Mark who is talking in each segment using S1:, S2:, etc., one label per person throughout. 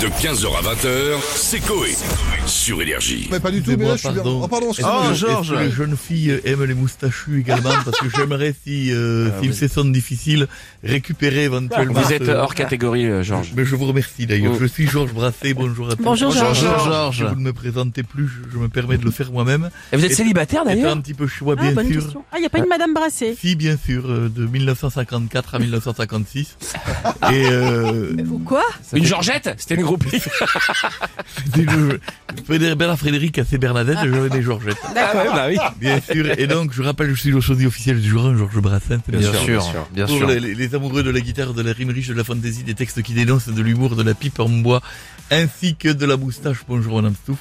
S1: De 15h à 20h, c'est Coé. Sur Énergie.
S2: Mais pas du tout, mais là, je suis bien. Oh, pardon, excusez-moi.
S3: Ah,
S2: je-
S3: Georges.
S4: Est-ce que les jeunes filles aiment les moustachus également Parce que j'aimerais, si, euh, s'il se sonne difficile, récupérer éventuellement.
S5: Ah
S3: Bah,
S5: Vous êtes
S4: ce-
S5: hors catégorie, euh, Georges.
S4: Mais je vous remercie d'ailleurs.
S5: Oh.
S4: Je suis Georges Brassé. Bonjour à tous.
S6: Bonjour, Bonjour, Georges.
S3: Georges.
S4: Si vous ne me présentez plus, je- je me permets de le faire moi-même.
S5: Et vous êtes
S4: Et-
S5: célibataire
S4: Étant
S5: d'ailleurs
S4: un petit peu choix,
S6: Ah,
S4: bien
S6: bonne
S4: sûr.
S6: question. Ah, il n'y a pas une Madame Brassé.
S4: Si, bien sûr, euh, de 1954 à 1956. Et euh,
S6: Ou quoi
S5: Une Georgette C'était une groupie.
S4: dès que je- Frédéric, Bernard Frédéric, assez Bernadette, et j'avais des Georgettes.
S5: D'accord. bah oui.
S4: Bien sûr. Et donc, je rappelle, je suis le sosie officiel du jour 1, Georges Brassens.
S3: sûr.
S5: bien
S4: Pour les, les- les amoureux de la guitare, de la rime riche, de la fantaisie, des textes qui dénoncent, de l'humour, de la pipe en bois, ainsi que de la moustache. Bonjour Madame Stouff.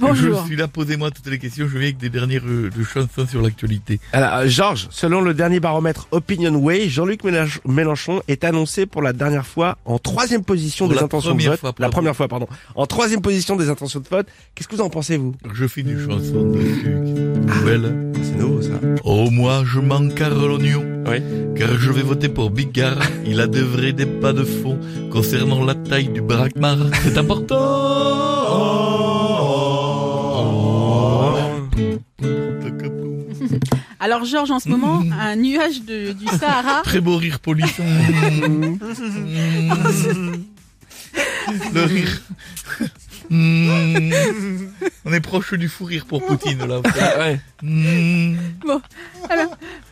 S6: Bonjour.
S4: Je suis là, posez-moi toutes les questions, je viens avec des dernières euh, de chansons sur l'actualité.
S3: Alors, euh, Georges, selon le dernier baromètre Opinion Way, Jean-Luc Mélench- Mélenchon est annoncé pour la dernière fois en troisième position
S4: Pour
S3: des
S4: la
S3: intentions de
S4: première
S3: vote.
S4: fois, pour
S3: la
S4: la
S3: première fois, pardon. En troisième position des intentions de vote. Qu'est-ce que vous en pensez, vous
S4: Je fais une chanson dessus, qui est nouvelle.
S3: Ah, C'est nouveau, ça.
S4: Oh moi je manque Carl Ognon,
S3: Oui.
S4: car je vais voter pour Bigard, il a de vrais débats de fond concernant la taille du braquemar, c'est
S3: Oh.
S4: important
S6: Alors, Georges, en ce moment, un nuage de, du Sahara.
S4: Très beau rire polisson. Le rire. On est proche du fou rire pour Poutine là.
S5: ouais.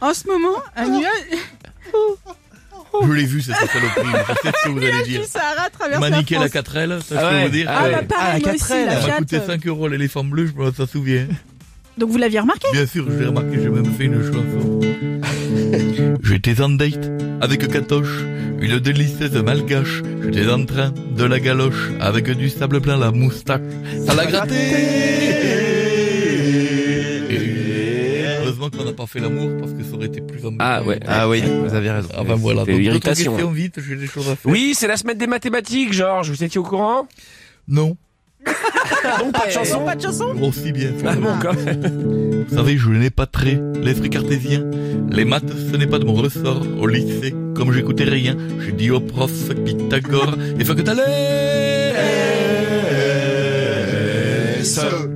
S6: En ce moment, un
S4: Oh.
S6: nuage
S4: Je l'ai vu cette saloperie. mais Je sais ce que vous allez dire.
S6: du Sahara traverse
S4: Maniquer la
S6: la France.
S4: 4L, ça je
S5: Ah
S4: peux
S5: ouais.
S4: vous dire.
S6: Ah,
S4: Ouais.
S6: bah, pareil,
S3: Ah, la
S6: moi aussi, la
S4: Ça m'a
S6: Fiat.
S4: coûté 5 euros l'éléphant bleu, je me s'en souviens.
S6: Donc, vous l'aviez remarqué
S4: Bien sûr, je l'ai remarqué, j'ai même fait une chanson. J'étais en date avec Katoche, une délicieuse malgache. J'étais en train de la galoche avec du sable plein la moustache. Ça l'a gratté Heureusement qu'on n'a pas fait l'amour parce que ça aurait été plus embêtant.
S5: Ah ouais.
S3: Ah oui, vous avez raison.
S4: Ah ben voilà,
S5: C'était hein.
S4: donc d'autres
S5: irritation,
S4: questions vite, j'ai des choses à faire.
S5: Oui, c'est la semaine des mathématiques, Georges. Vous étiez au courant
S4: Non,
S3: Ah,
S5: Donc pas de chanson.
S6: Pas de chanson
S4: aussi bien.
S5: Ah bon, quand même.
S4: Vous savez, je n'ai pas très l'esprit cartésien. Les maths, ce n'est pas de mon ressort. Au lycée, comme j'écoutais rien, j'ai dit au prof Pythagore, il faut que Thalès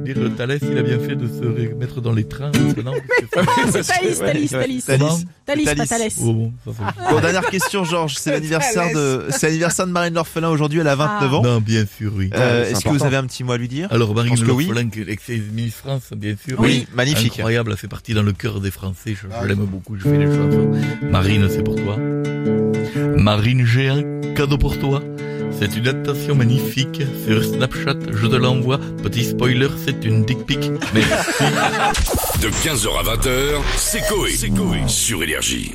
S4: Dire le Thalès, il a bien fait de se remettre dans les trains. parce que non, parce que-
S6: C'est Thalys, Thalys, Thalys.
S4: Comment
S6: Thalys, pas
S7: Thalys.
S6: Thalès.
S4: Oh bon, ça fait-
S7: Bon, dernière question, Georges. C'est l'anniversaire de, c'est l'anniversaire de Marine L'Orphelin aujourd'hui. Elle a 29
S6: Ah.
S7: ans.
S4: Non, bien sûr, oui.
S7: Euh,
S3: c'est
S7: Est-ce que
S3: important.
S7: vous avez un petit mot à lui dire
S4: Alors, Marine
S7: pense que oui.
S4: L'Orphelin, qui est ex-ministre France, bien sûr.
S7: magnifique.
S4: Incroyable, elle fait partie dans le cœur des Français. Je, je l'aime beaucoup, je fais des chansons. Marine, c'est pour toi. Marine, j'ai un cadeau pour toi. C'est une adaptation magnifique. Sur Snapchat, je te l'envoie. Petit spoiler, c'est une dick pic. Mais
S1: De 15h à 20h, c'est Coé. Sur Énergie.